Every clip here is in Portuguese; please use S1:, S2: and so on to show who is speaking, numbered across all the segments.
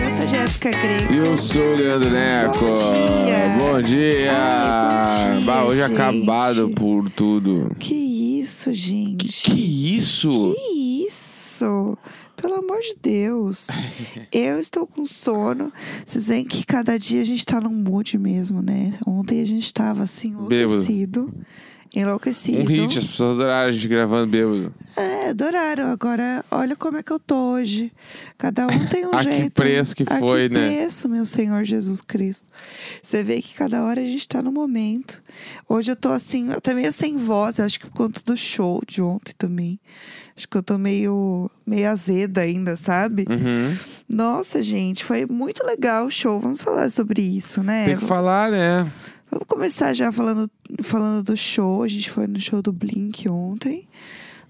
S1: música, Greg?
S2: Eu sou o Leandro Neco.
S1: Bom dia.
S2: Bom dia.
S1: Ai, bom dia,
S2: Bah, hoje é
S1: gente.
S2: acabado por tudo.
S1: Que isso, gente?
S2: Que isso?
S1: Que isso? Pelo amor de Deus. Eu estou com sono. Vocês veem que cada dia a gente tá num mood mesmo, né? Ontem a gente tava assim,
S2: Bêbado.
S1: enlouquecido. Enlouquecido.
S2: Um hit, as pessoas adoraram a gente gravando bêbado.
S1: É, adoraram. Agora, olha como é que eu tô hoje. Cada um tem um
S2: A que
S1: jeito.
S2: preço que
S1: A
S2: foi,
S1: que
S2: né?
S1: preço, meu Senhor Jesus Cristo. Você vê que cada hora a gente tá no momento. Hoje eu tô assim, até meio sem voz. Eu acho que por conta do show de ontem também. Acho que eu tô meio, meio azeda ainda, sabe?
S2: Uhum.
S1: Nossa, gente, foi muito legal o show. Vamos falar sobre isso, né?
S2: Tem que falar, né?
S1: Vamos começar já falando, falando do show. A gente foi no show do Blink ontem.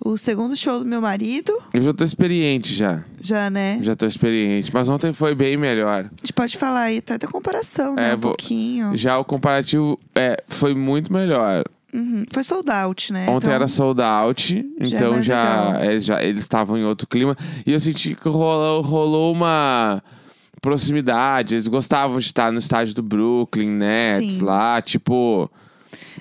S1: O segundo show do meu marido,
S2: Eu já tô experiente já.
S1: já, né?
S2: Já tô experiente. Mas ontem foi bem melhor.
S1: A gente pode falar aí, tá? Da comparação, né?
S2: É,
S1: um
S2: vou-
S1: pouquinho.
S2: Já o comparativo é, foi muito melhor.
S1: Uhum. Foi sold out, né?
S2: Ontem
S1: Então,
S2: era sold out, então
S1: mais
S2: já,
S1: legal.
S2: é, já- eles estavam em outro clima. E eu senti que rolou, rolou uma proximidade. Eles gostavam de estar no estádio do Brooklyn Nets
S1: Sim.
S2: lá, tipo,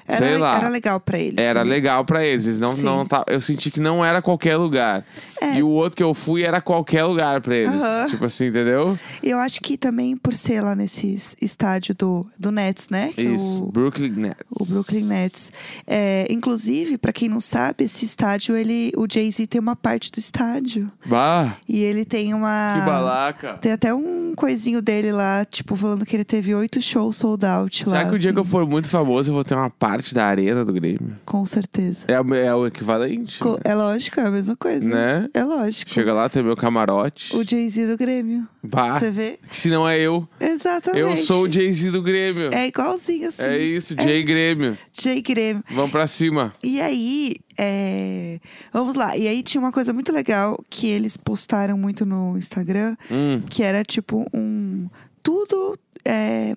S1: era,
S2: sei lá.
S1: era legal pra eles.
S2: era
S1: também.
S2: legal pra eles. Eles não,
S1: Sim.
S2: não tá, eu senti que não era qualquer lugar.
S1: É.
S2: E o outro que eu fui era qualquer lugar pra eles.
S1: Aham.
S2: Tipo assim, entendeu?
S1: E Eu acho que também por ser lá nesse estádio do, do Nets, né? Que
S2: Isso,
S1: o-
S2: Brooklyn Nets.
S1: o Brooklyn Nets. É, inclusive, pra quem não sabe, esse estádio, ele, o Jay-Z tem uma parte do estádio.
S2: Bah,
S1: E ele tem uma.
S2: que balaca.
S1: Tem até um coisinho dele lá, tipo, falando que ele teve oito shows sold out lá.
S2: Será que o dia
S1: assim.
S2: que eu for muito famoso eu vou ter uma parte da arena do Grêmio?
S1: Com certeza.
S2: É, a- é o equivalente.
S1: Co-
S2: né?
S1: É lógico, é a mesma coisa.
S2: Né?
S1: É lógico.
S2: Chega lá, tem meu camarote.
S1: O Jay-Z do Grêmio.
S2: Bah,
S1: Você vê?
S2: se não é eu,
S1: Exatamente.
S2: Ah. eu sou o Jay-Z do Grêmio.
S1: É igualzinho assim.
S2: É isso, Jay
S1: isso.
S2: Grêmio.
S1: Jay Grêmio.
S2: Vamos pra cima.
S1: E aí, é, vamos lá. E aí tinha uma coisa muito legal que eles postaram muito no Instagram,
S2: Hum.
S1: que era tipo um tudo é,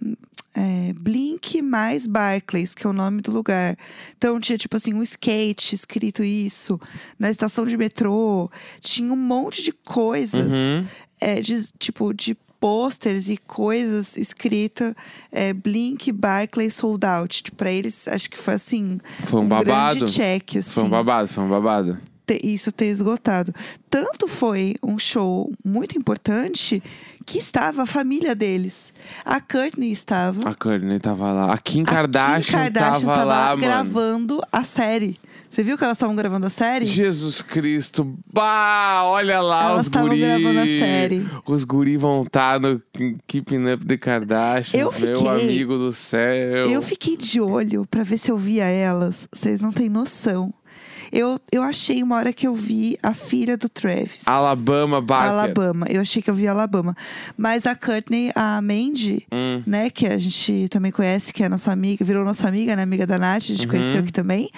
S1: é, Blink mais Barclays, que é o nome do lugar. Então tinha tipo assim um skate escrito isso na estação de metrô, tinha um monte de coisas,
S2: Uhum.
S1: é, de- tipo de pôsteres e coisas escrita é, Blink Barclays sold out. Tipo, Pra eles acho que foi assim
S2: Foi um, babado.
S1: grande check, assim.
S2: Foi um babado, foi um babado.
S1: ter- isso ter esgotado. Tanto foi um show muito importante que estava a família deles. A Courtney estava.
S2: A Kourtney tava lá. A Kim
S1: a Kim
S2: Kardashian,
S1: Kardashian
S2: tava
S1: estava
S2: lá, mano.
S1: gravando a série. Você viu que elas estavam gravando a série?
S2: Jesus Cristo, bah, olha lá
S1: Elas
S2: os
S1: tavam
S2: guri.
S1: gravando a série.
S2: Os guri vão estar no Keeping Up the Kardashian, meu
S1: Eu fiquei-
S2: amigo do céu.
S1: Eu fiquei de olho pra ver se eu via elas. Vocês não têm noção. Eu, eu achei uma hora que eu vi a filha do Travis.
S2: Alabama Barker.
S1: Alabama. Eu achei que eu vi Alabama. Mas a Courtney, a Mandy,
S2: Hum.
S1: né? Que a gente também conhece, que é nossa amiga, virou nossa amiga, né? Amiga da Nath, a
S2: Uhum.
S1: gente conheceu aqui também.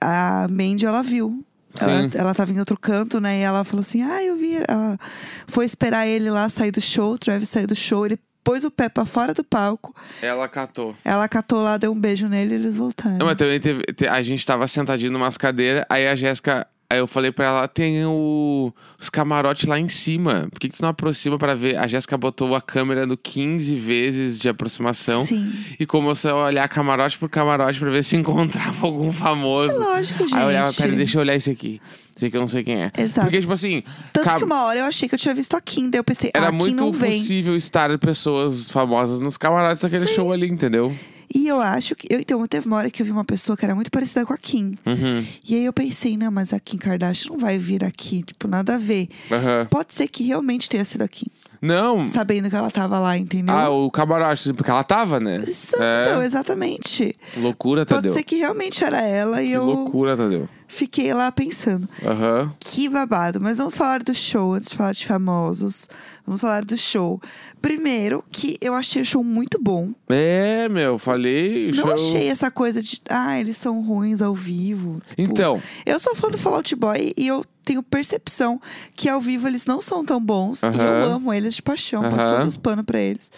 S1: A Mandy, ela viu. Ela,
S2: Sim.
S1: ela tava em outro canto, né? E ela falou assim: Ah, eu vi. Ela foi esperar ele lá sair do show, o Travis sair do show. Ele pôs o pé pra fora do palco.
S2: Ela catou.
S1: Ela catou lá, deu um beijo nele e eles voltaram.
S2: Não, mas também teve, te- a gente tava sentadinho numa cadeiras, aí a Jéssica. Aí eu falei pra ela, tem o- os camarotes lá em cima. Por que, que tu não aproxima pra ver? A Jéssica botou a câmera no 15 vezes de aproximação
S1: Sim.
S2: e começou a olhar camarote por camarote pra ver se encontrava algum famoso.
S1: É Lógico, gente.
S2: aí eu olhava, peraí, deixa eu olhar esse aqui. Esse aqui eu não sei quem é.
S1: Exato.
S2: Porque, tipo assim,
S1: Tanto
S2: cab-
S1: que uma hora eu achei que eu tinha visto a Kim, daí eu pensei,
S2: era
S1: ah, a Kim
S2: muito
S1: não vem.
S2: possível estar pessoas famosas nos camarotes daquele
S1: Sim.
S2: show ali, entendeu?
S1: E eu acho que. Eu, então, teve uma hora que eu vi uma pessoa que era muito parecida com a Kim.
S2: Uhum.
S1: E aí eu pensei, não, mas a Kim Kardashian não vai vir aqui, tipo, nada a ver.
S2: Aham.
S1: Pode ser que realmente tenha sido a Kim,
S2: Não,
S1: sabendo que ela tava lá, entendeu?
S2: Hum. Ah, o camarote, porque ela tava, né?
S1: Isso,
S2: É.
S1: então, exatamente.
S2: Loucura,
S1: Pode
S2: Tadeu.
S1: ser que realmente era ela e
S2: Que
S1: eu
S2: loucura, Tadeu.
S1: fiquei lá pensando.
S2: Aham.
S1: Que babado. Mas vamos falar do show antes de falar de famosos. Vamos falar do show. Primeiro, que eu achei o show muito bom.
S2: É, meu, falei.
S1: Não
S2: show.
S1: achei essa coisa de, ah, eles são ruins ao vivo. Tipo,
S2: Então,
S1: Eu sou fã do Fallout Boy e eu tenho percepção que ao vivo eles não são tão bons. E eu
S2: Aham.
S1: amo eles de paixão, passo
S2: Aham.
S1: todos os panos pra eles.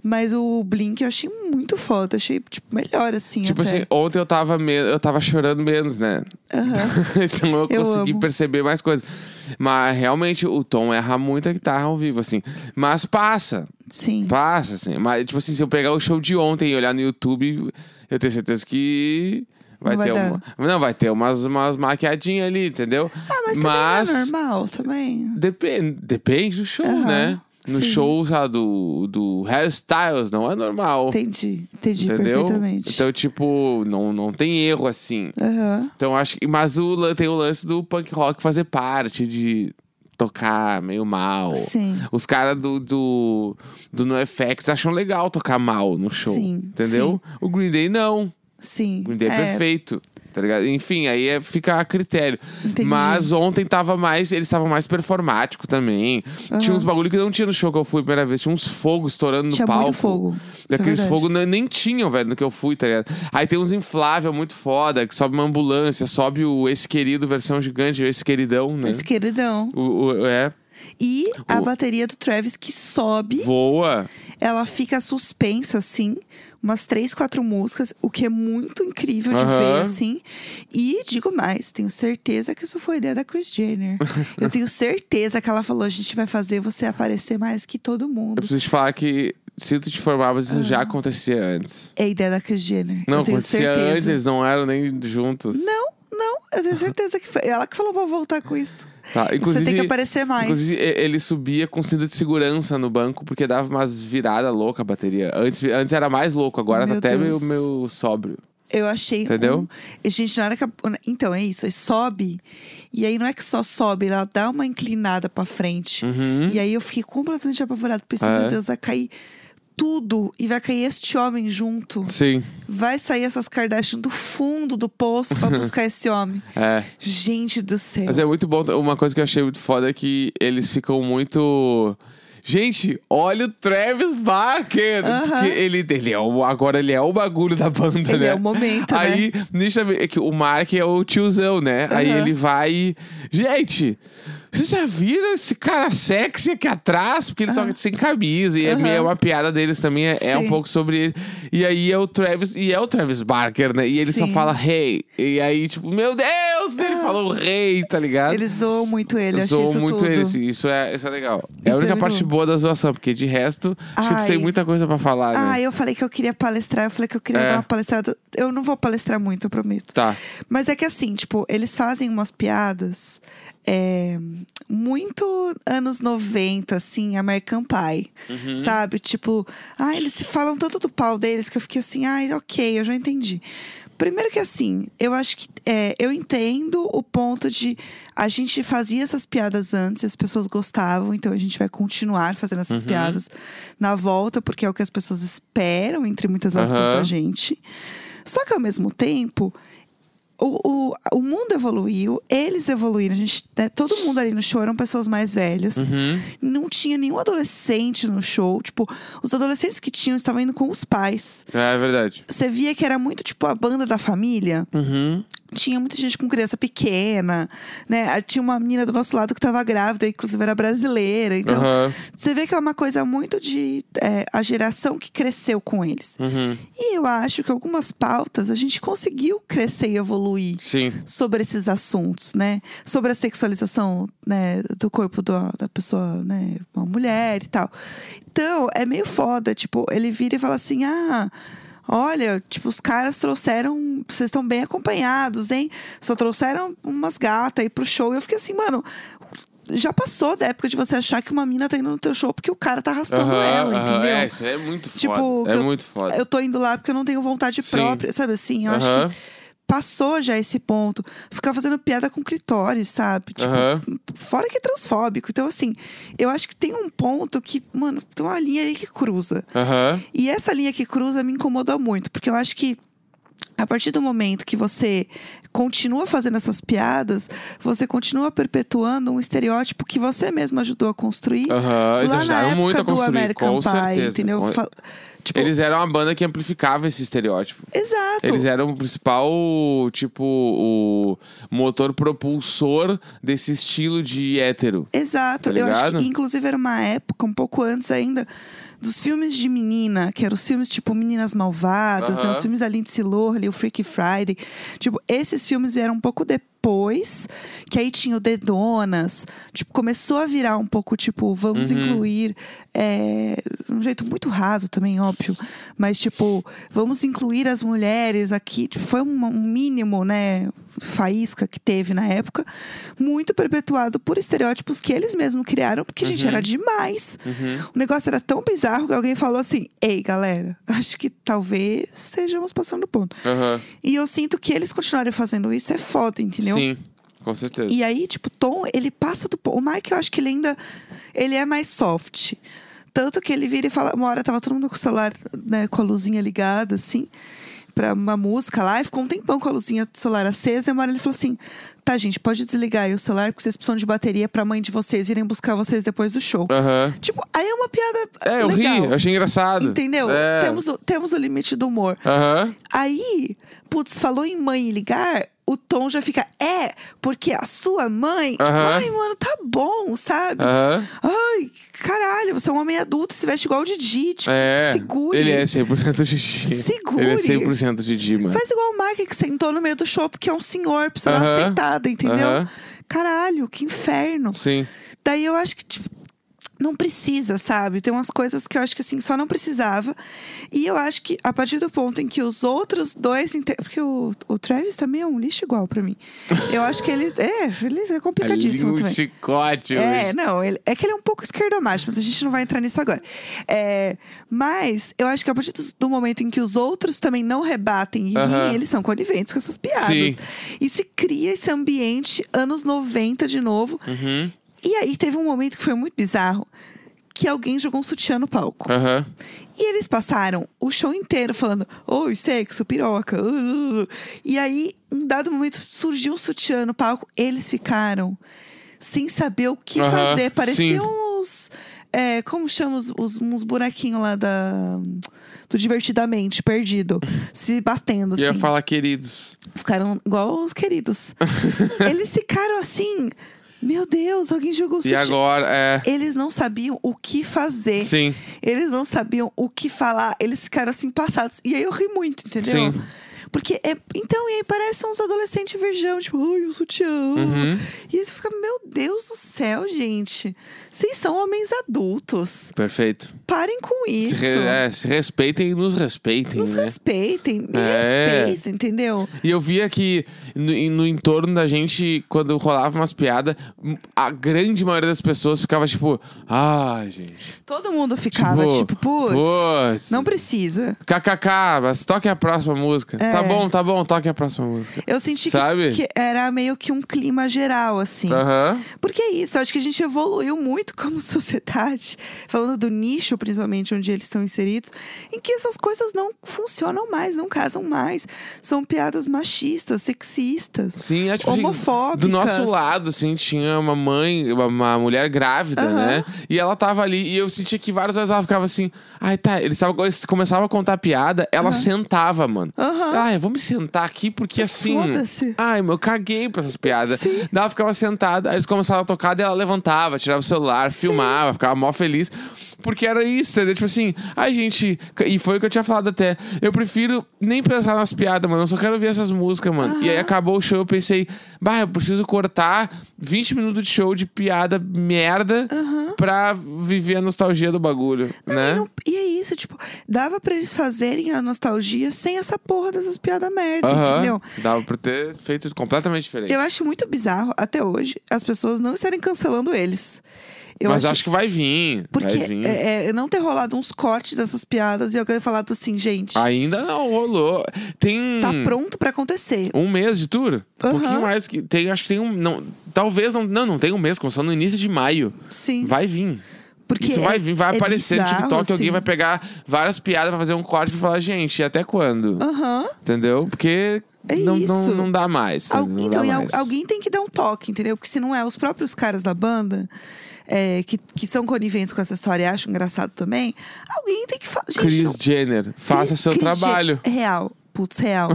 S1: Mas o Blink eu achei muito foda, achei, tipo, melhor, assim,
S2: tipo
S1: até.
S2: assim, ontem eu tava, me... eu tava chorando menos, né?
S1: Aham.
S2: então eu,
S1: Eu
S2: consegui
S1: amo.
S2: perceber mais coisas. Mas realmente o Tom erra muito a guitarra ao vivo, assim. Mas passa.
S1: Sim.
S2: Passa, assim. Mas, tipo assim, se eu pegar o show de ontem e olhar no YouTube, eu tenho certeza que. Vai,
S1: Não vai
S2: ter
S1: dar.
S2: uma, Não, vai ter umas, umas maquiadinhas ali, entendeu?
S1: Ah, mas, também não é normal também.
S2: Depende, depende do show,
S1: Aham,
S2: né? No
S1: sim.
S2: show lá do, do Harry Styles, não é normal.
S1: Entendi, entendi
S2: entendeu?
S1: perfeitamente.
S2: Então, tipo, não, não tem erro assim.
S1: Aham.
S2: Então, acho que. Mas o, lan- tem o lance do punk rock fazer parte de tocar meio mal.
S1: Sim.
S2: Os caras do, do, do NoFX acham legal tocar mal no show.
S1: Sim,
S2: entendeu? O Green Day não.
S1: Sim.
S2: O Green Day é, perfeito. Tá ligado? Enfim, aí é, fica a critério.
S1: Entendi.
S2: Mas ontem tava mais. Eles estavam mais performático também. Tinha uns bagulho que não tinha no show que eu fui a primeira vez. Tinha uns fogos estourando
S1: Tinha
S2: no palco.
S1: muito fogo.
S2: E Aqueles
S1: Isso é
S2: fogos ne- nem tinham, velho, no que eu fui, tá ligado? Aí tem uns inflável muito foda, que sobe uma ambulância, sobe o esse querido versão gigante, esse queridão, né?
S1: verdade. Esse queridão.
S2: O, o- é,
S1: E a
S2: O-
S1: bateria do Travis que sobe,
S2: voa.
S1: ela fica suspensa, assim, umas três, quatro músicas, o que é muito incrível de
S2: Aham.
S1: ver, assim. E digo mais, tenho certeza que isso foi ideia da Kris Jenner. Eu tenho certeza que ela falou: a gente vai fazer você aparecer mais que todo
S2: Eu
S1: mundo.
S2: preciso te falar que, sinto te informar, mas isso já acontecia antes.
S1: É ideia da Kris Jenner.
S2: Não,
S1: Ah. eu tenho
S2: acontecia
S1: certeza.
S2: antes, eles não eram nem juntos.
S1: Não, não, eu tenho certeza que foi ela que falou pra voltar com isso.
S2: Tá, inclusive,
S1: você tem que aparecer mais.
S2: inclusive, e- ele subia com cinto de segurança no banco, porque dava umas viradas loucas a bateria. Antes, antes era mais louco, agora
S1: Meu
S2: tá até
S1: Deus.
S2: meio, meio sóbrio.
S1: Eu achei.
S2: Entendeu?
S1: um- E, Gente, na hora que. a- Então, é isso. Aí sobe. E aí não é que só sobe, ela dá uma inclinada pra frente.
S2: Uhum.
S1: E aí eu fiquei completamente apavorada. Pensei,
S2: É.
S1: meu Deus, vai cair tudo. E vai cair este homem junto.
S2: Sim,
S1: Vai sair essas Kardashian do fundo do poço pra buscar esse homem.
S2: é.
S1: Gente do céu.
S2: Mas é muito bom. Uma coisa que eu achei muito foda é que eles ficam muito. Gente, olha o Travis Barker!
S1: Aham.
S2: Que ele, ele é o, agora ele é o bagulho da banda,
S1: Ele
S2: né?
S1: é o momento, né?
S2: Aí, nitidamente, é que o Mark é o tiozão, né? Aí
S1: Aham.
S2: ele vai e. Gente, vocês já viram esse cara sexy aqui atrás? Porque ele toca sem camisa. E é
S1: Aham.
S2: meio uma piada deles também, é, é um
S1: Sim.
S2: pouco sobre ele. E aí é o Travis, e é o Travis Barker, né? E ele só
S1: Sim.
S2: fala hey. E aí, tipo, meu Deus, ele falou rei, tá ligado?
S1: Eles zoam muito Ah. ele, eu achei
S2: Zoam
S1: isso
S2: muito
S1: tudo.
S2: ele, assim, isso é, isso é legal. é a
S1: Isso é
S2: única
S1: muito
S2: parte
S1: bom.
S2: boa da zoação, porque de resto, acho que tu
S1: Ai.
S2: tem muita coisa pra falar, né?
S1: Ah, eu falei que eu queria palestrar, eu falei que eu queria
S2: É.
S1: dar uma palestrada. Eu não vou palestrar muito, eu prometo.
S2: Tá.
S1: Mas é que assim, tipo, eles fazem umas piadas é, muito anos 90, assim, American Pie. Sabe? Tipo, ah, eles se falam tanto do pau deles que eu fiquei assim, ai, ok, eu já entendi. Primeiro que assim, eu acho que é, eu entendo o ponto de a gente fazia essas piadas antes, as pessoas gostavam, então a gente vai continuar fazendo essas piadas na volta, porque é o que as pessoas esperam, entre muitas aspas,
S2: Aham.
S1: da gente. Só que ao mesmo tempo, o, o, o mundo evoluiu, eles evoluíram. A gente, né, todo mundo ali no show eram pessoas mais velhas.
S2: Uhum.
S1: Não tinha nenhum adolescente no show. Tipo, os adolescentes que tinham estavam indo com os pais.
S2: É verdade.
S1: Você via que era muito tipo a banda da família.
S2: Uhum.
S1: Tinha muita gente com criança pequena, né? Ah, Tinha uma menina do nosso lado que tava grávida, inclusive era brasileira. Então,
S2: Aham.
S1: você vê que é uma coisa muito de é, a geração que cresceu com eles.
S2: Uhum.
S1: E eu acho que algumas pautas a gente conseguiu crescer e evoluir
S2: Sim.
S1: sobre esses assuntos, né? Sobre a sexualização né, do corpo do- da pessoa, né? Uma mulher e tal. Então, é meio foda. Tipo, ele vira e fala assim: ah. Olha, tipo, os caras trouxeram. Vocês estão bem acompanhados, hein? Só trouxeram umas gatas aí pro show. E eu fiquei assim, mano, já passou da época de você achar que uma mina tá indo no teu show porque o cara tá arrastando
S2: Aham,
S1: ela,
S2: aham.
S1: entendeu?
S2: É, isso é muito foda.
S1: Tipo,
S2: é
S1: eu-
S2: muito foda.
S1: Eu tô indo lá porque eu não tenho vontade
S2: Sim.
S1: própria, sabe assim? Eu acho que
S2: Aham,
S1: passou já esse ponto. Ficar fazendo piada com clitóris, sabe? Tipo,
S2: aham.
S1: fora que é transfóbico. Então, assim, eu acho que tem um ponto que, mano, tem uma linha ali que cruza.
S2: Aham.
S1: E essa linha que cruza me incomodou muito, porque eu acho que. A partir do momento que você continua fazendo essas piadas, você continua perpetuando um estereótipo que você mesmo ajudou a construir.
S2: Aham. Eles
S1: lá na
S2: ajudaram
S1: época
S2: muito a
S1: do
S2: construir,
S1: American
S2: com
S1: Pie,
S2: certeza.
S1: entendeu?
S2: Com-
S1: Fa- Tipo,
S2: Eles eram a banda que amplificava esse estereótipo.
S1: exato.
S2: Eles eram o principal, tipo, o motor propulsor desse estilo de hétero.
S1: Exato.
S2: Tá
S1: eu acho
S2: ligado?
S1: que, inclusive, era uma época, um pouco antes ainda, dos filmes de menina, que eram os filmes tipo Meninas Malvadas, né?
S2: Aham.
S1: Os filmes da Lindsay Lohan, ali, o Freaky Friday. Tipo, esses filmes vieram um pouco depois depois, que aí tinha o Dedonas. Tipo, começou a virar um pouco, tipo, vamos
S2: Uhum.
S1: incluir. é, um jeito muito raso também, óbvio. Mas, tipo, vamos incluir as mulheres aqui. Tipo, foi um, um mínimo, né? Faísca que teve na época, muito perpetuado por estereótipos que eles mesmos criaram, porque, gente, era demais. O negócio era tão bizarro que alguém falou assim: Ei, galera, acho que talvez estejamos passando do ponto.
S2: Aham.
S1: E eu sinto que eles continuarem fazendo isso é foda, entendeu?
S2: Sim, com certeza.
S1: E aí, tipo, Tom, ele passa do ponto. O Mike, eu acho que ele ainda. Ele é mais soft. Tanto que ele vira e fala. Uma hora tava todo mundo com o celular, né, com a luzinha ligada, assim, pra uma música lá. E ficou um tempão com a luzinha do celular acesa. E uma hora ele falou assim: tá, gente, pode desligar aí o celular, porque vocês precisam de bateria pra mãe de vocês virem buscar vocês depois do show.
S2: Aham.
S1: Tipo, aí é uma piada.
S2: É, eu
S1: legal,
S2: ri, eu achei engraçado.
S1: Entendeu?
S2: É.
S1: Temos, o, temos o limite do humor.
S2: Aham.
S1: Aí, putz, falou em mãe ligar, o tom já fica, é, porque a sua mãe. Tipo,
S2: Aham.
S1: Ai, mano, tá bom, sabe?
S2: Aham.
S1: Ai, caralho, você é um homem adulto, se veste igual o Didi, tipo,
S2: É.
S1: segure.
S2: Ele é 100% Didi.
S1: Segure.
S2: Ele é 100% Didi, mano.
S1: Faz igual o Mark que sentou no meio do show, porque é um senhor, precisa dar
S2: Aham.
S1: uma sentada, entendeu?
S2: Aham.
S1: Caralho, que inferno.
S2: Sim.
S1: Daí eu acho que, tipo, não precisa, sabe? Tem umas coisas que eu acho que, assim, só não precisava. E eu acho que, a partir do ponto em que os outros dois... inte- Porque o, o Travis também é um lixo igual pra mim. Eu acho que eles... É, eles é complicadíssimo
S2: Ali um
S1: também.
S2: chicote.
S1: É,
S2: hoje.
S1: não, ele- é que ele é um pouco esquerdomático, mas a gente não vai entrar nisso agora. É, mas eu acho que a partir dos- do, momento em que os outros também não rebatem e riem,
S2: Aham.
S1: eles são coniventes com essas piadas.
S2: Sim.
S1: E se cria esse ambiente anos 90 de novo.
S2: Uhum.
S1: E aí teve um momento que foi muito bizarro. Que alguém jogou um sutiã no palco.
S2: Aham.
S1: E eles passaram o show inteiro falando: Oi, sexo, piroca. uh, uh, uh." E aí, um dado momento, surgiu um sutiã no palco. Eles ficaram sem saber o que
S2: Aham,
S1: fazer.
S2: sim.
S1: Pareciam uns. é, como chama os, os- uns bonequinhos lá da, do Divertidamente, perdido. se batendo,
S2: E eu
S1: assim.
S2: ia falar, queridos.
S1: Ficaram igual os queridos. eles ficaram assim. Meu Deus, alguém jogou o
S2: E
S1: sutiã.
S2: agora? É.
S1: Eles não sabiam o que fazer.
S2: Sim.
S1: Eles não sabiam o que falar, eles ficaram assim passados. E aí eu ri muito, entendeu?
S2: Sim.
S1: Porque é. Então, e aí parecem uns adolescentes virgão, tipo, ai, o sutiã.
S2: Uhum.
S1: E aí você fica, meu Deus do céu, gente. Vocês são homens adultos.
S2: Perfeito.
S1: Parem com
S2: Se,
S1: isso.
S2: re- é, se respeitem e nos respeitem,
S1: Nos
S2: né?
S1: respeitem, me
S2: É.
S1: respeitem, entendeu?
S2: E eu via que no, em- no entorno da gente, quando rolava umas piadas, m- a grande maioria das pessoas ficava tipo, ah, gente.
S1: Todo mundo ficava
S2: Tipo,
S1: tipo, putz,
S2: putz.
S1: não precisa.
S2: KKK, mas toque a próxima música.
S1: É.
S2: Tá bom, tá bom, toque a próxima música.
S1: Eu senti que-
S2: Sabe?
S1: que era meio que um clima geral, assim.
S2: Aham.
S1: Porque é isso, eu acho que a gente evoluiu muito como sociedade, falando do nicho, principalmente, onde eles estão inseridos, em que essas coisas não funcionam mais, não casam mais. São piadas machistas, sexistas,
S2: Sim, é tipo assim,
S1: homofóbicas.
S2: do nosso lado, assim, tinha uma mãe, uma, uma mulher grávida,
S1: Aham.
S2: né? E ela tava ali, e eu sentia que várias vezes ela ficava assim, ai tá, eles, tavam- eles começavam a contar piada, ela sentava, mano.
S1: Aham.
S2: Ai, vamos sentar aqui porque assim.
S1: Foda-se.
S2: Ai, eu caguei pra essas piadas.
S1: Sim.
S2: Daí ela ficava sentada, aí eles começavam a tocar, daí ela levantava, tirava o celular,
S1: Sim.
S2: filmava, ficava mó feliz. Porque era isso, entendeu? Tipo assim, ai gente, e foi o que eu tinha falado até. Eu prefiro nem pensar nas piadas, mano. Eu só quero ouvir essas músicas, mano. E aí acabou o show, eu pensei, bah, eu preciso cortar 20 minutos de show de piada merda pra viver a nostalgia do bagulho, né?
S1: E, não- e é isso, tipo, dava pra eles fazerem a nostalgia sem essa porra dessas piadas merda,
S2: Aham.
S1: entendeu?
S2: Dava pra ter feito completamente diferente.
S1: Eu acho muito bizarro, até hoje, as pessoas não estarem cancelando eles. Eu
S2: Mas
S1: acho
S2: acho que vai vir.
S1: Porque
S2: vai vir.
S1: é, é, não ter rolado uns cortes dessas piadas e alguém falado assim, gente,
S2: Ainda não rolou. Tem
S1: tá pronto pra acontecer.
S2: um mês de tour? Um
S1: Aham.
S2: pouquinho mais que tem, acho que tem um, não, talvez não, não, não tem um mês, começou no início de maio.
S1: Sim.
S2: Vai vir.
S1: porque
S2: Isso
S1: é-
S2: vai vir, vai
S1: é
S2: aparecer no
S1: bizarro,
S2: TikTok, alguém
S1: assim.
S2: vai pegar várias piadas pra fazer um corte e falar, gente, até quando?
S1: Aham.
S2: Entendeu? Porque
S1: Ah. É
S2: não, não,
S1: isso.
S2: não dá mais.
S1: Al-
S2: entendeu? Não
S1: então,
S2: dá
S1: e al-
S2: mais.
S1: alguém tem que dar um toque, entendeu? Porque se não é os próprios caras da banda, é, que, que são coniventes com essa história e acham engraçado também, alguém tem que falar.
S2: Chris Jenner, faça seu trabalho.
S1: Real. Putz, real.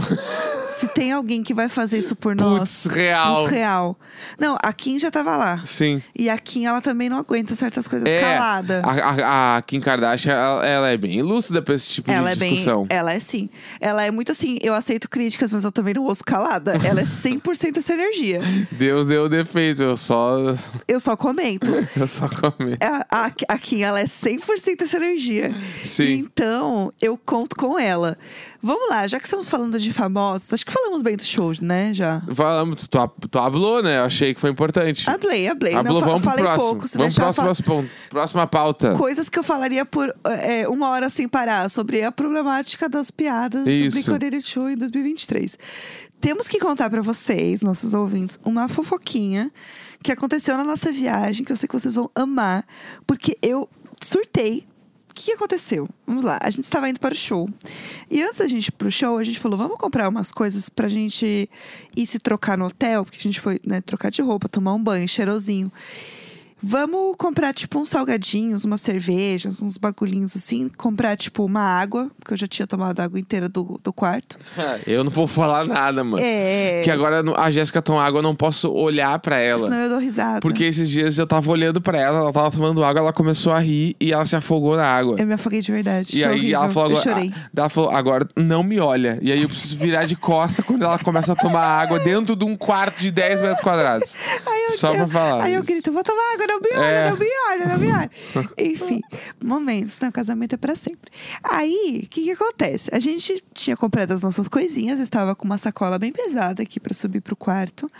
S1: se tem alguém que vai fazer isso por
S2: Putz,
S1: nós.
S2: real.
S1: Putz, real. Não, a Kim já tava lá.
S2: Sim.
S1: E a Kim, ela também não aguenta certas coisas
S2: É,
S1: calada.
S2: A, a- a Kim Kardashian, ela, ela é bem lúcida pra esse tipo
S1: Ela é
S2: de
S1: bem.
S2: discussão.
S1: Ela é sim. Ela é muito assim. Eu aceito críticas, mas eu também não ouço calada. Ela é 100% essa energia.
S2: Deus deu o defeito, eu só,
S1: Eu só comento.
S2: eu só comento.
S1: A, a, a Kim, ela é 100% essa energia.
S2: Sim.
S1: Então, eu conto com ela. Vamos lá, já que estamos falando de famosos, acho que falamos bem do show, né? Já.
S2: Falamos, tu, tu, tu hablou, né? Eu achei que foi importante.
S1: Hablei, hablei.
S2: Hablou,
S1: Ah, Não, fa-
S2: vamos pro
S1: falei
S2: próximo.
S1: pouco. Se
S2: vamos
S1: deixar, eu
S2: próximo,
S1: falo-
S2: pon- próxima pauta.
S1: coisas que eu falaria por é, uma hora sem parar sobre a problemática das piadas
S2: Isso.
S1: do Brincadeira de Show em 2023. Temos que contar pra vocês, nossos ouvintes, uma fofoquinha que aconteceu na nossa viagem, que eu sei que vocês vão amar, porque eu surtei. O que que aconteceu? Vamos lá, a gente estava indo para o show. E antes da gente ir pro show, a gente falou: vamos comprar umas coisas pra gente ir se trocar no hotel, porque a gente foi né, trocar de roupa, tomar um banho cheirosinho. Vamos comprar, tipo, uns salgadinhos, umas cervejas, uns bagulhinhos assim. Comprar, tipo, uma água, porque eu já tinha tomado a água inteira do, do quarto.
S2: Ah, Eu não vou falar nada, mano.
S1: É.
S2: Que agora não- a Jéssica toma água, eu não posso olhar pra ela.
S1: Senão eu dou risada.
S2: Porque esses dias eu tava olhando pra ela, ela tava tomando água, ela começou a rir e ela se afogou na água.
S1: Eu me afoguei de verdade.
S2: E
S1: É, Foi
S2: aí
S1: horrível.
S2: ela falou
S1: Eu
S2: agora.
S1: chorei.
S2: ah, Ela falou, agora não me olha. E aí eu preciso virar de costa quando ela começa a tomar água dentro de um quarto de 10 metros quadrados.
S1: Aí eu,
S2: Só pra
S1: eu-
S2: falar.
S1: Aí eu
S2: isso.
S1: grito, vou tomar água, não me olha,
S2: É.
S1: não me olha, não me olha. Enfim, momentos, né? O casamento é pra sempre. Aí, o que que acontece? A gente tinha comprado as nossas coisinhas, estava com uma sacola bem pesada aqui pra subir pro quarto.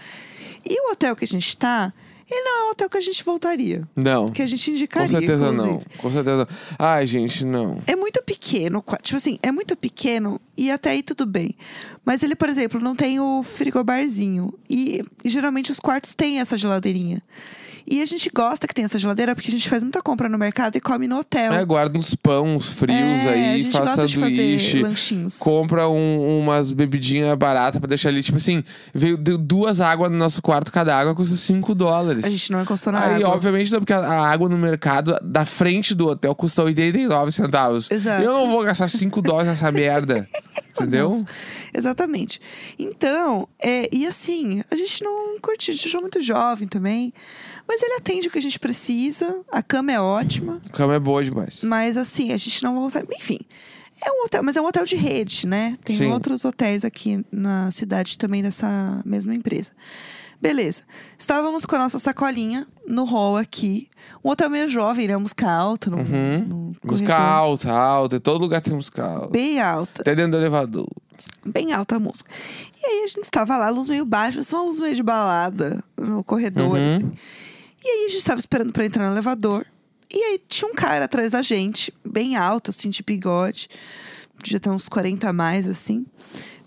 S1: E o hotel que a gente tá, ele não é um hotel que a gente voltaria.
S2: Não.
S1: Que a gente indicaria,
S2: Com certeza
S1: inclusive.
S2: não. Com certeza não. Ai, gente, não.
S1: É muito pequeno, o qua- tipo assim, é muito pequeno e até aí tudo bem. Mas ele, por exemplo, não tem o frigobarzinho. E, e geralmente os quartos têm essa geladeirinha. E a gente gosta que tem essa geladeira porque a gente faz muita compra no mercado e come no hotel.
S2: É, guarda uns pão, uns frios
S1: um É, a
S2: aí,
S1: gente
S2: faz
S1: gosta de
S2: sanduíche.
S1: fazer lanchinhos.
S2: Compra um- umas bebidinhas baratas pra deixar ali. Tipo assim, veio deu duas águas no nosso quarto, cada água custa 5 dólares.
S1: A gente não é encostou na
S2: Aí,
S1: água.
S2: obviamente, não, porque a- a água no mercado da frente do hotel custa 89 centavos.
S1: Exato.
S2: Eu não vou gastar 5 dólares nessa merda. entendeu?
S1: Nossa. Exatamente. Então, é, e assim, a gente não curtiu, a gente achou muito jovem também. Mas ele atende o que a gente precisa, a cama é ótima.
S2: A cama é boa demais.
S1: Mas assim, a gente não volta. Enfim, é um hotel, mas é um hotel de rede, né? Tem
S2: Sim.
S1: outros hotéis aqui na cidade também dessa mesma empresa. Beleza. Estávamos com a nossa sacolinha no hall aqui. Um hotel meio jovem, né? Música alta. No, no
S2: Uhum. Música
S1: corredor.
S2: alta, alta. Em todo lugar tem música alta.
S1: Bem alta.
S2: Até dentro do elevador.
S1: Bem alta a música. E aí a gente estava lá, luz meio baixa, só uma luz meio de balada no corredor,
S2: Uhum.
S1: assim. E aí a gente estava esperando para entrar no elevador. E aí tinha um cara atrás da gente, bem alto, assim, de bigode. Devia ter uns 40 a mais, assim.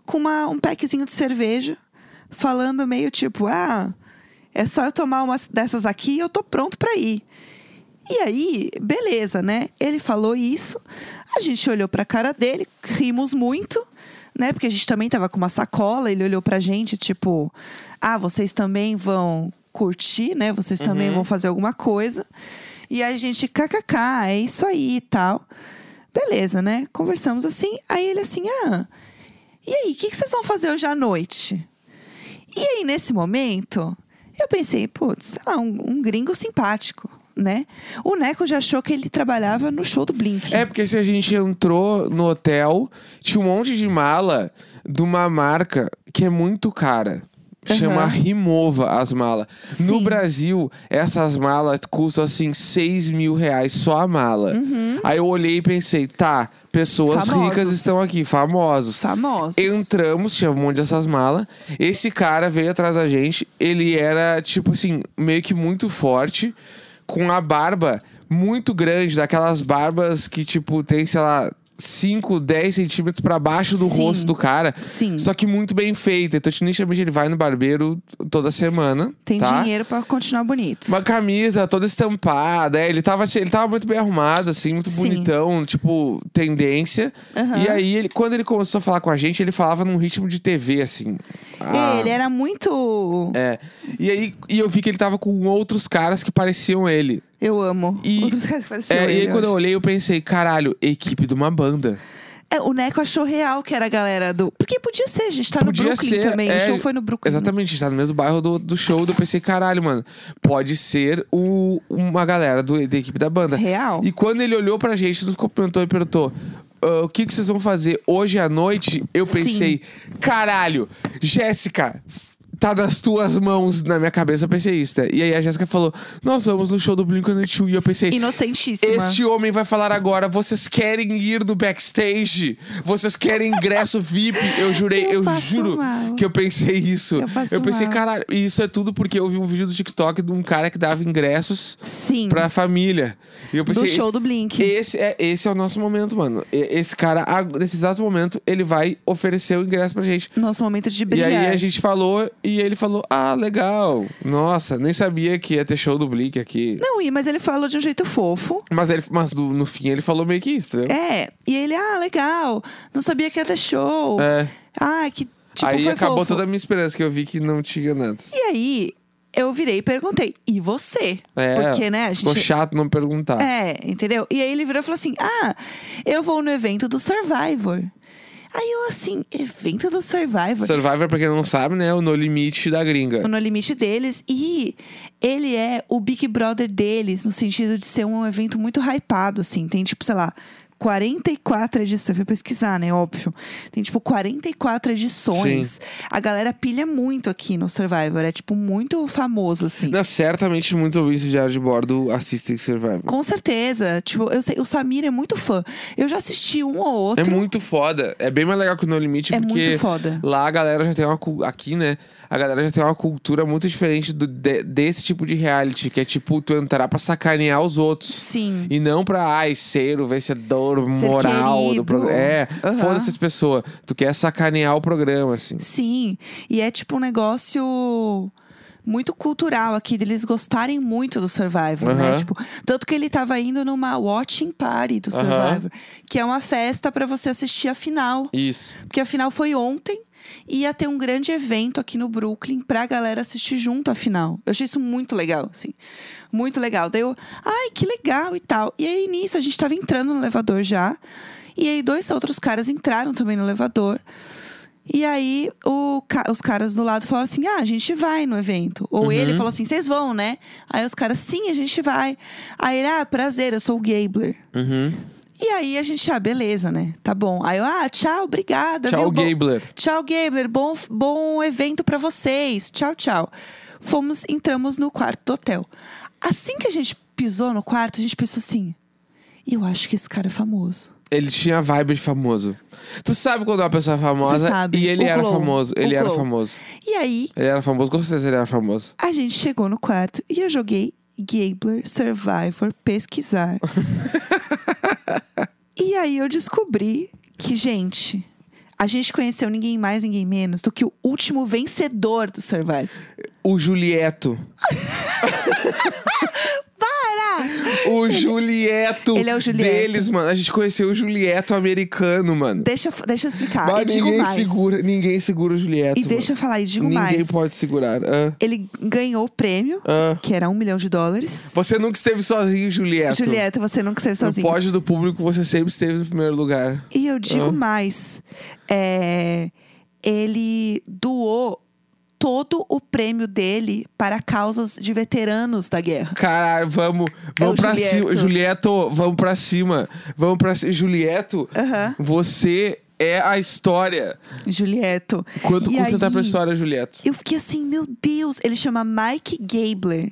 S1: Com uma, um packzinho de cerveja. Falando meio tipo, ah, é só eu tomar umas dessas aqui e eu tô pronto para ir. E aí, beleza, né? Ele falou isso, a gente olhou pra cara dele, rimos muito, né? Porque a gente também tava com uma sacola, ele olhou pra gente, tipo, ah, vocês também vão curtir, né? Vocês também vão fazer alguma coisa. E a gente, kkk, é isso aí e tal. Beleza, né? Conversamos assim, aí ele assim, ah, e aí, o que, que vocês vão fazer hoje à noite? E aí, nesse momento, eu pensei, putz, sei lá, um, um gringo simpático, né? O Neco já achou que ele trabalhava no show do Blink.
S2: É porque se a gente entrou no hotel, tinha um monte de mala de uma marca que é muito cara. Chama
S1: Aham.
S2: Rimova as malas. No
S1: Sim.
S2: Brasil, essas malas custam assim 6 mil reais só a mala. Aí eu olhei e pensei, tá, pessoas
S1: Uhum. Famosos.
S2: ricas estão aqui, famosos.
S1: Famosos.
S2: Entramos, tinha um monte dessas malas. Esse cara veio atrás da gente. Ele era, tipo assim, meio que muito forte, com a barba muito grande, daquelas barbas que, tipo, tem, sei lá, 5, 10 centímetros pra baixo do
S1: Sim.
S2: rosto do cara.
S1: Sim.
S2: Só que muito bem feita. Então, nitidamente, ele vai no barbeiro toda semana.
S1: Tem
S2: tá?
S1: dinheiro pra continuar bonito.
S2: Uma camisa toda estampada. é, ele, tava, ele tava muito bem arrumado, assim, muito
S1: Sim.
S2: bonitão, tipo, tendência.
S1: Aham.
S2: E aí, ele, quando ele começou a falar com a gente, ele falava num ritmo de TV, assim. Ah,
S1: Ele é era muito.
S2: É. E aí, e eu vi que ele tava com outros caras que pareciam ele.
S1: Eu amo.
S2: E-
S1: Outros caras que
S2: É,
S1: pareciam
S2: e aí,
S1: ele,
S2: quando eu
S1: acho.
S2: olhei, eu pensei, caralho, equipe de uma banda.
S1: É, o Neco achou real que era a galera do. Porque podia ser, a gente tá
S2: Podia
S1: no Brooklyn
S2: ser,
S1: também.
S2: é,
S1: o show foi no Brooklyn.
S2: Exatamente, a gente tá no mesmo bairro do, do show. daí Eu pensei, caralho, mano, pode ser o, uma galera do, da equipe da banda.
S1: Real.
S2: E quando ele olhou pra gente, nos cumprimentou e perguntou. "Ah, o que, que vocês vão fazer hoje à noite? Eu pensei, caralho, Jéssica, tá nas tuas mãos. Na minha cabeça eu pensei isso, né? E aí a Jéssica falou, nós vamos no show do Blink-182. E eu pensei,
S1: Inocentíssima.
S2: este homem vai falar agora. Vocês querem ir do backstage? Vocês querem ingresso VIP? Eu jurei, eu,
S1: Eu passo
S2: juro
S1: mal.
S2: que eu pensei isso.
S1: Eu passo
S2: pensei,
S1: mal.
S2: caralho, e isso é tudo porque eu vi um vídeo do TikTok de um cara que dava ingressos
S1: Sim.
S2: pra família. E eu
S1: do
S2: pensei,
S1: show do Blink.
S2: esse é, esse é o nosso momento, mano. E- Esse cara, a- nesse exato momento, ele vai oferecer o ingresso pra gente.
S1: Nosso momento de
S2: E
S1: brilhar.
S2: aí a gente falou, e ele falou: Ah, legal. Nossa, nem sabia que ia ter show do Blink aqui.
S1: Não, e- mas ele falou de um jeito fofo.
S2: Mas, ele, mas do- no fim ele falou meio que isso, entendeu?
S1: É. E ele, ah, legal. Não sabia que ia ter show.
S2: É.
S1: Ah, que tipo
S2: aí
S1: foi
S2: acabou
S1: fofo.
S2: toda a minha esperança, que eu vi que não tinha nada.
S1: E aí, eu virei e perguntei, e você?
S2: É,
S1: Porque, né, a gente...
S2: Ficou chato não perguntar.
S1: É, entendeu? E aí ele virou e falou assim: Ah, eu vou no evento do Survivor. Aí eu assim, evento do Survivor?
S2: Survivor, pra quem não sabe, né? é O No Limite da gringa.
S1: Tá No limite deles. E ele é o Big Brother deles, no sentido de ser um evento muito hypado, assim. Tem, tipo, sei lá, 44 edições. Eu fui pesquisar, né? Óbvio. Tem, tipo, 44 edições. A galera pilha muito aqui no Survivor. É, tipo, muito famoso, assim.
S2: Não, certamente muitos ouvintes de Diário de Bordo assistem Survivor.
S1: Com certeza. Tipo, eu sei, o Samir é muito fã. Eu já assisti um ou outro.
S2: É muito foda. É bem mais legal que o No Limite,
S1: É
S2: porque
S1: muito foda.
S2: lá a galera já tem uma. cu- Aqui, né? A galera já tem uma cultura muito diferente do- de- desse tipo de reality, que é tipo tu entrar pra sacanear os outros.
S1: Sim.
S2: E não pra, ai, ser o vencedor
S1: Ser
S2: moral do
S1: querido.
S2: programa. É,
S1: Aham.
S2: foda-se as pessoas. Tu quer sacanear o programa, assim.
S1: Sim. E é tipo um negócio muito cultural aqui, deles gostarem muito do Survivor, né?
S2: Aham.
S1: Tipo, tanto que ele tava indo numa watching party do
S2: Aham.
S1: Survivor, que é uma festa pra você assistir a final,
S2: Isso.
S1: porque a final foi ontem e ia ter um grande evento aqui no Brooklyn pra galera assistir junto a final. Eu achei isso muito legal, assim. Muito legal. Daí eu, ai, que legal e tal. E aí nisso a gente tava entrando no elevador já. E aí dois outros caras entraram também no elevador. E aí o ca- os caras do lado falaram assim: ah, a gente vai no evento. Ou ele falou assim: vocês vão, né? Aí os caras, sim, a gente vai. Aí ele, ah, prazer, eu sou o Gabler.
S2: Uhum.
S1: E aí a gente, ah, beleza, né? Tá bom. Aí eu, ah, tchau, obrigada.
S2: Tchau,
S1: viu? Bom-
S2: Gabler.
S1: Tchau, Gabler. Bom, bom evento pra vocês. Tchau, tchau. Fomos, entramos no quarto do hotel. Assim que a gente pisou no quarto, a gente pensou assim: eu acho que esse cara é famoso.
S2: Ele tinha vibe de famoso. Tu sabe quando uma pessoa é famosa
S1: Você sabe.
S2: e ele
S1: O
S2: era
S1: glow.
S2: famoso.
S1: O
S2: Ele era
S1: glow.
S2: famoso.
S1: E aí
S2: Ele era famoso, com certeza ele era famoso.
S1: a gente chegou no quarto e eu joguei Gabler Survivor pesquisar. e aí eu descobri que, gente, a gente conheceu ninguém mais, ninguém menos do que o último vencedor do Survivor.
S2: O Julieto. Para! O Julieto
S1: Ele é o Julieto.
S2: deles, mano. A gente conheceu o Julieto americano, mano.
S1: Deixa, eu- deixa eu explicar.
S2: Mas
S1: e digo
S2: ninguém
S1: mais.
S2: segura, ninguém segura o Julieto.
S1: E deixa eu falar, e digo
S2: Ninguém
S1: mais.
S2: pode segurar. Ah,
S1: Ele ganhou o prêmio,
S2: ah.
S1: que era um milhão de dólares.
S2: Você nunca esteve sozinho, Julieto.
S1: Julieta, você nunca esteve sozinha.
S2: No pódio do público, você sempre esteve no primeiro lugar.
S1: E eu
S2: Ah.
S1: digo mais. é, ele doou todo o prêmio dele para causas de veteranos da guerra.
S2: Caralho, vamos, vamos
S1: o
S2: pra
S1: Julieto.
S2: cima. Julieto, vamos pra cima. Vamos pra cima. Julieto,
S1: Aham.
S2: você é a história.
S1: Julieto.
S2: Quanto
S1: E
S2: custa tá pra
S1: aí,
S2: história, Julieto?
S1: Eu fiquei assim, meu Deus, ele chama Mike Gabler.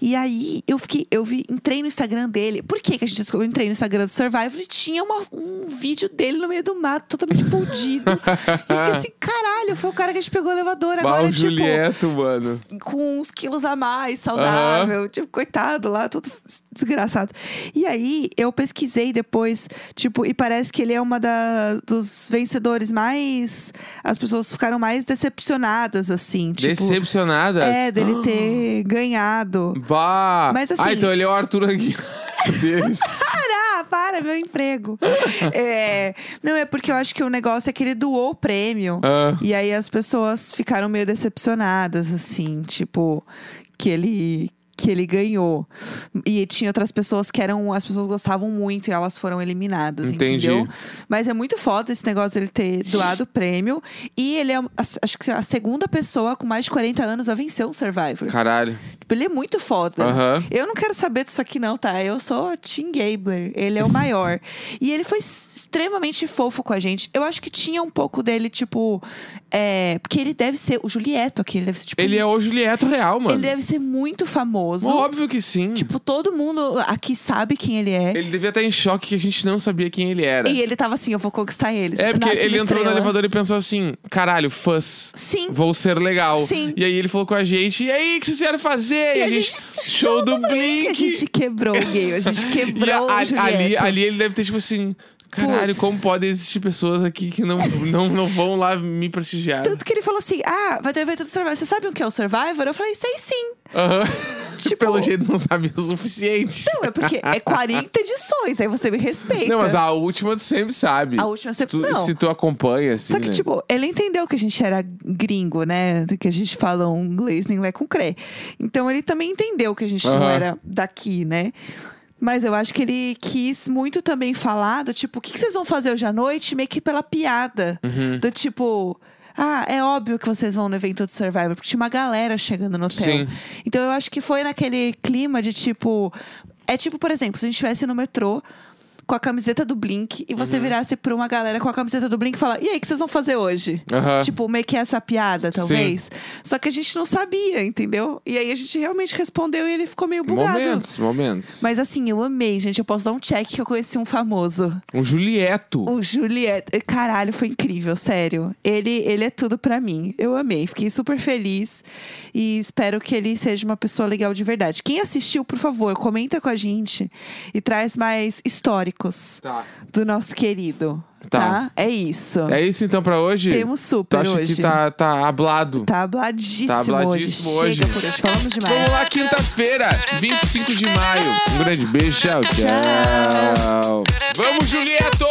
S1: E aí eu fiquei, eu vi, entrei no Instagram dele. Por que, que a gente descobriu? Eu entrei no Instagram do Survivor e tinha uma- um vídeo dele no meio do mato, totalmente fundido. e eu fiquei assim, caralho, foi o cara que a gente pegou o elevador
S2: Bah,
S1: agora,
S2: o
S1: tipo.
S2: Julieto, mano.
S1: com uns quilos a mais, saudável. Tipo, coitado lá, todo desgraçado. E aí, eu pesquisei depois, tipo, e parece que ele é uma da, dos vencedores mais. As pessoas ficaram mais decepcionadas, assim. Tipo,
S2: Decepcionadas?
S1: É, dele ter ganhado.
S2: Bah!
S1: Mas assim-
S2: Ah, então ele é o Arthur Aguiar deles.
S1: Para, para, meu emprego. É, não, é porque eu acho que o negócio é que ele doou o prêmio.
S2: Ah.
S1: E aí as pessoas ficaram meio decepcionadas, assim, tipo, que ele. que ele ganhou. E tinha outras pessoas que eram. As pessoas gostavam muito e elas foram eliminadas,
S2: Entendi.
S1: entendeu? Mas é muito foda esse negócio dele ter doado o prêmio. E ele é, as- acho que, a segunda pessoa com mais de 40 anos a vencer um Survivor.
S2: Caralho.
S1: Tipo, ele é muito foda.
S2: Aham.
S1: Eu não quero saber disso aqui, não, tá? Eu sou Tim Gabler. Ele é o maior. e ele foi extremamente fofo com a gente. Eu acho que tinha um pouco dele, tipo. É, porque ele deve ser. O Julieto aqui, ele deve ser, tipo.
S2: Ele é o Julieto real, mano.
S1: ele deve ser muito famoso.
S2: Óbvio que sim.
S1: Tipo, todo mundo aqui sabe quem ele é.
S2: Ele devia estar em choque que a gente não sabia quem ele era.
S1: E ele tava assim: eu vou conquistar eles.
S2: É porque
S1: Nasce uma
S2: ele entrou no
S1: estrela.
S2: elevador e pensou assim: caralho, fãs.
S1: Sim.
S2: Vou ser legal.
S1: Sim.
S2: E aí ele falou com a gente: e aí, o que vocês vieram fazer? E, a gente. Show do Blink!
S1: é A gente quebrou o Gale, a gente
S2: E a-
S1: quebrou
S2: a-
S1: o
S2: ali,
S1: Julieto.
S2: ali ele deve ter tipo assim. Caralho,
S1: Puts.
S2: como podem existir pessoas aqui que não, não, não vão lá me prestigiar?
S1: Tanto que ele falou assim: ah, vai ter o evento do Survivor. Você sabe o que é o Survivor? Eu falei: sei sim.
S2: Aham.
S1: Tipo-
S2: Pelo jeito não sabe o suficiente.
S1: Não, é porque é 40 edições, aí você me respeita.
S2: Não, mas a última tu sempre sabe.
S1: A última
S2: se
S1: sempre-
S2: tu,
S1: não.
S2: se tu acompanha, assim.
S1: Só que,
S2: né?
S1: tipo, ele entendeu que a gente era gringo, né? Que a gente fala um inglês nem lé com crê. Então ele também entendeu que a gente não
S2: Aham.
S1: era daqui, né? Mas eu acho que ele quis muito também falar do tipo, o que, que vocês vão fazer hoje à noite? Meio que pela piada.
S2: Uhum.
S1: Do tipo. Ah, é óbvio que vocês vão no evento do Survivor, porque tinha uma galera chegando no hotel.
S2: Sim.
S1: Então eu acho que foi naquele clima de tipo. É tipo, por exemplo, se a gente estivesse no metrô com a camiseta do Blink e você virasse pra uma galera com a camiseta do Blink e falar: E aí, o que vocês vão fazer hoje?
S2: Aham.
S1: Tipo, meio que essa piada, talvez. Só que a gente não sabia, entendeu? E aí a gente realmente respondeu e ele ficou meio bugado.
S2: Momentos, momentos.
S1: Mas assim, eu amei, gente. Eu posso dar um check que eu conheci um famoso.
S2: Um Julieto.
S1: O Juliette, caralho, foi incrível, sério. Ele, ele é tudo pra mim. Eu amei, fiquei super feliz e espero que ele seja uma pessoa legal de verdade. Quem assistiu, por favor, comenta com a gente e traz mais históricos
S2: Tá.
S1: do nosso querido,
S2: Tá.
S1: tá? É isso.
S2: É isso então pra hoje?
S1: Temos
S2: Tu
S1: super
S2: acha
S1: hoje.
S2: que tá, tá hablado?
S1: Tá abladíssimo,
S2: Tá
S1: hoje.
S2: abladíssimo hoje.
S1: Chega por hoje, falamos demais.
S2: Vamos lá, quinta-feira, 25 de maio. Um grande beijo, tchau, tchau. Vamos, Julieto!